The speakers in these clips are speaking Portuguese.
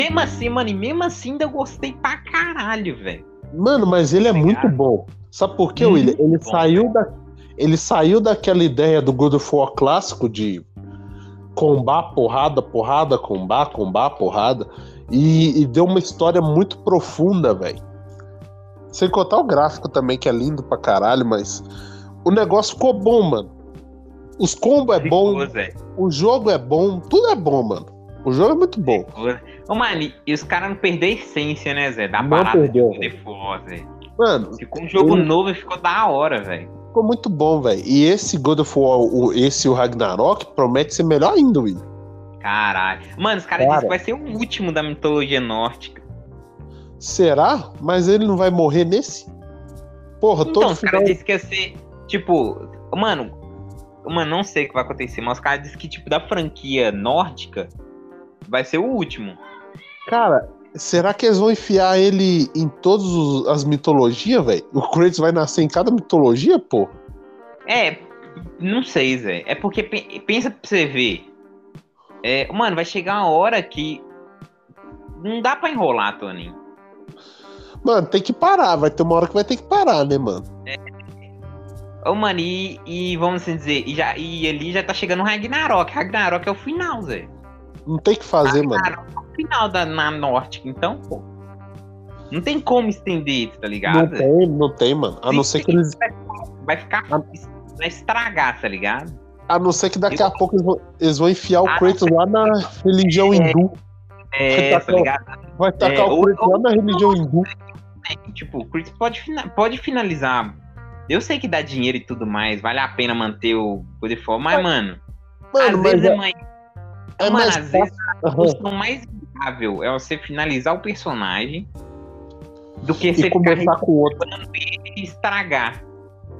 mesmo assim, mano, e mesmo assim ainda eu gostei pra caralho, velho. Mano, mas ele é Obrigado. muito bom. Sabe por quê, Muito William? Ele bom, saiu, da, ele saiu daquela ideia do God of War clássico de combar, porrada, porrada, combar, combar, porrada. E, e deu uma história muito profunda, velho. Sem contar o gráfico também, que é lindo pra caralho, mas o negócio ficou bom, mano. Os combos é bom, Ficou, Zé. o jogo é bom, tudo é bom, mano. O jogo é muito bom. Ô, mano, e- e os caras não perderam a essência, né, Zé? Da Não parada perdeu, de default, Zé. Mano, Ficou um jogo Eu- novo e ficou da hora, velho. Ficou muito bom, velho. E esse God of War, o- esse e o Ragnarok, promete ser melhor ainda, Will. Caralho. Mano, os caras Cara. dizem que vai ser o último da mitologia nórdica. Será? Mas ele não vai morrer nesse? Porra, Então, todo os caras final... dizem que ia ser, tipo, mano, mano, não sei o que vai acontecer, mas os caras dizem que, tipo, da franquia nórdica vai ser o último. Cara, será que eles vão enfiar ele em todas os- as mitologias, velho? O Kratos vai nascer em cada mitologia, pô? É, não sei, Zé. É porque pe- pensa pra você ver. É, mano, vai chegar uma hora que não dá pra enrolar, Toninho. Mano, tem que parar. Vai ter uma hora que vai ter que parar, né, mano? Ô, mano, e, e vamos assim dizer, e, já, e ali já tá chegando o Ragnarok. Ragnarok é o final, Zé. Não tem o que fazer, mano. Ragnarok é o final da, na Nórdica, então, pô. Não tem como estender isso, tá Não ligado? Zé? tem, Ah. não tem, mano. A não ser que eles Vai ficar. Vai estragar, tá ligado? a não ser que daqui a pouco eles vão, eles vão enfiar o Kratos lá na religião hindu. É, Vai tá tacar o- ligado? Vai tacar ou- o Kratos lá na religião hindu. Tipo, o Chris pode, fina- pode finalizar. Eu sei que dá dinheiro e tudo mais, vale a pena manter o Godefall, mas, mano, Mano, às mas vezes é- é mais. É mano, mais às vezes a Aham. função mais viável é você finalizar o personagem do que você ficar e começar com o outro. e estragar.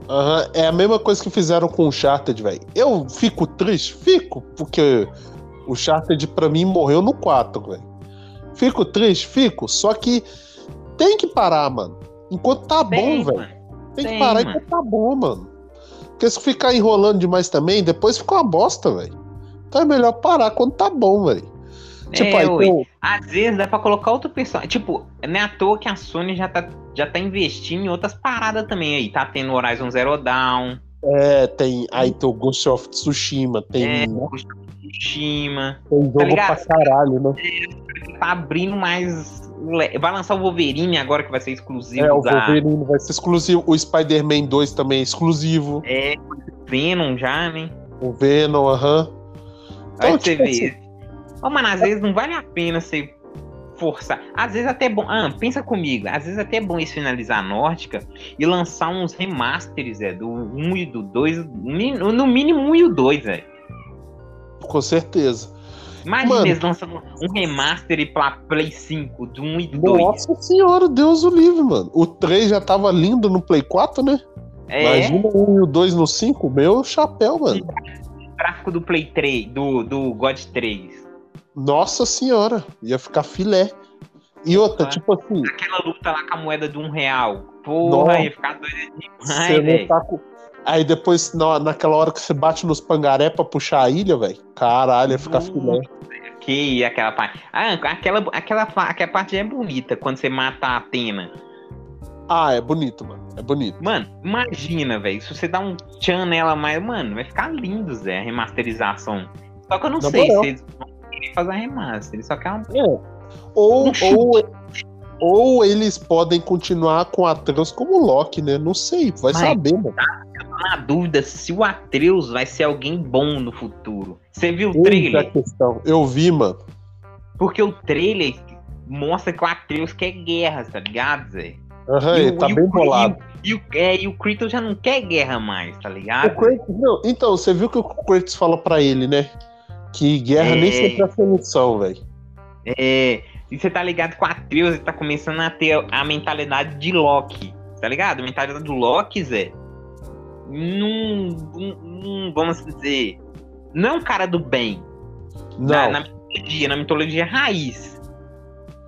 Aham, É a mesma coisa que fizeram com o Chartered, velho. Eu fico triste? Fico, porque o Chartered pra mim morreu no 4, velho. Fico triste? Fico. Só que tem que parar, mano. Enquanto tá Tem, bom, velho. mano. Tem que tem, parar mano. enquanto tá bom, mano. Porque se ficar enrolando demais também, depois fica uma bosta, velho. Então é melhor parar quando tá bom, velho. Tipo, É, aí ui. tem o- Às vezes dá pra colocar outro personagem. Tipo, não é à toa que a Sony já tá, já tá investindo em outras paradas também aí. Tá tendo Horizon Zero Dawn, é, tem, aí tem o Ghost of Tsushima, tem, É. Tsushima. tem jogo pra Tá ligado? caralho, né? Tá abrindo mais. le- Vai lançar o Wolverine agora que vai ser exclusivo É, o da Wolverine vai ser exclusivo. O Spider-Man 2 também é exclusivo. é, Venom já, né? O Venom, aham. Aí Então, você tipo vê. Ô, mano, às vezes não vale a pena você forçar. Às vezes até é bom. Ah, pensa comigo. Às vezes até é bom eles finalizar a Nórdica e lançar uns remasters, é, do 1 e do 2. No mínimo 1 e o 2, velho. Com certeza. Imagina Mano. eles lançando um remaster pra Play 5 do 1 e do 2. Nossa senhora, Deus o livre, mano. O 3 já tava lindo no Play 4, né? É, Imagina o 1 e o 2 no 5, meu chapéu, mano. o gráfico do Play 3, do, do God 3. Nossa senhora, ia ficar filé. E outra, Tá. tipo assim, Aquela luta lá com a moeda de um real. Porra, Nossa. ia ficar doido demais, você não velho. tá com... Aí depois, na, naquela hora que você bate nos pangaré pra puxar a ilha, velho. Caralho, ia ficar Uhum. filé. Que aquela parte. Ah, aquela, aquela, fa- aquela parte é bonita quando você mata a Atena. Ah, é bonito, mano. É bonito. Mano, imagina, velho. Se você dá um tchan nela mais. Mano, vai ficar lindo, Zé, a remasterização. Só que eu não Na sei moral. se eles vão querer fazer a remaster. Só que é uma Ou, Um chute. ou, ou eles podem continuar com a Trans como Loki, né? Não sei, vai Mas- tá saber, mano. na dúvida se o Atreus vai ser alguém bom no futuro. Você viu o Eita trailer? questão. Eu vi, mano. Porque o trailer mostra que o Atreus quer guerra, tá ligado, Zé? Aham, E ele o- tá e o- bem bolado. E o, é, e o Kratos já não quer guerra mais, tá ligado? O Kratos, não, então, você viu que o Kratos fala pra ele, né? Que guerra É. nem sempre é solução, velho. É, e você tá ligado com o Atreus, ele tá começando a ter a mentalidade de Loki, tá ligado? A mentalidade do Loki, Zé, não, não- não- vamos dizer, não é um cara do bem, né? na, Não, na mitologia, na mitologia raiz.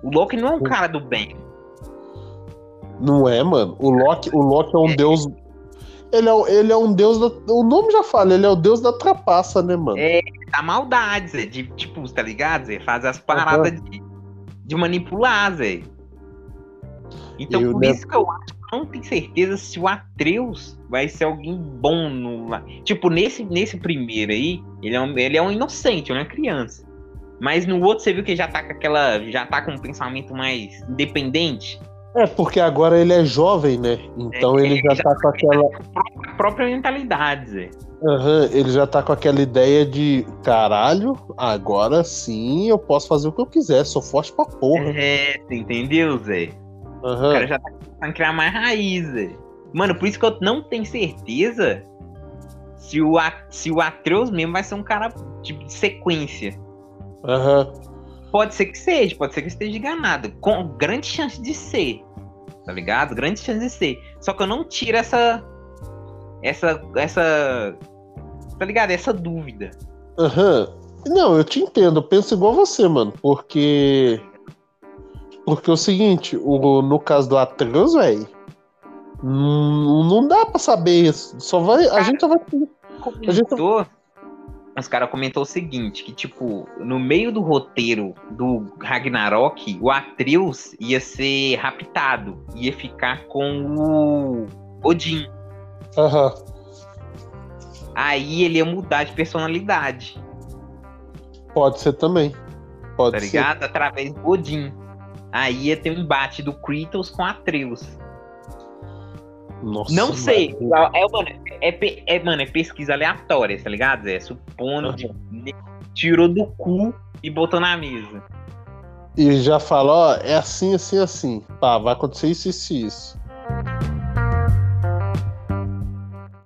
O Loki não é um cara do bem. não é, mano. O Loki, o Loki é um deus. Ele é, o- ele é um deus da. O nome já fala, ele é o deus da trapaça, né, mano? É, da maldade, Zé, de, tipo, tá ligado, Zé? Faz as paradas de, de manipular, Zé. Então, Eu por não- isso que eu acho que eu não tenho certeza se o Atreus vai ser alguém bom no. lá. Tipo, nesse, nesse primeiro aí, ele é, um, ele é um inocente, ele é uma criança. Mas no outro você viu que ele já tá com aquela. já tá com um pensamento mais independente. É, porque agora ele é jovem, né? Então É, ele ele já já- tá com aquela. A própria mentalidade, Zé. Aham, ele já tá com aquela ideia de caralho, agora sim eu posso fazer o que eu quiser, sou forte pra porra. É, você entendeu, Zé? O Aham. cara já tá começando a criar mais raiz, velho. Mano, por isso que eu não tenho certeza se o, A- se o Atreus mesmo vai ser um cara tipo, de sequência. Aham. Pode ser que seja, pode ser que esteja enganado. Com grande chance de ser. Tá ligado? Grande chance de ser. Só que eu não tiro essa. Essa. Essa. Tá ligado? Essa dúvida. Aham. Não, eu te entendo, eu penso igual você, mano, porque. Porque é o seguinte, o, no caso do Atreus, velho, não, não dá pra saber isso. Só vai. A gente só vai. comentou. Os caras comentou o seguinte, que tipo, no meio do roteiro do Ragnarok, o Atreus ia ser raptado, ia ficar com o Odin. Aham. Aí ele ia mudar de personalidade, Pode ser também. Pode tá ser. ligado? Através do Odin. Aí ia ter um embate do Kratos com Atreus. Nossa, Não sei. mano. É, mano, é, pe- é, mano, é pesquisa aleatória, tá ligado? Zé? supondo de- tirou do cu e botou na mesa. E já fala, ó, é assim, assim, assim. Pá, vai acontecer isso, isso, e isso.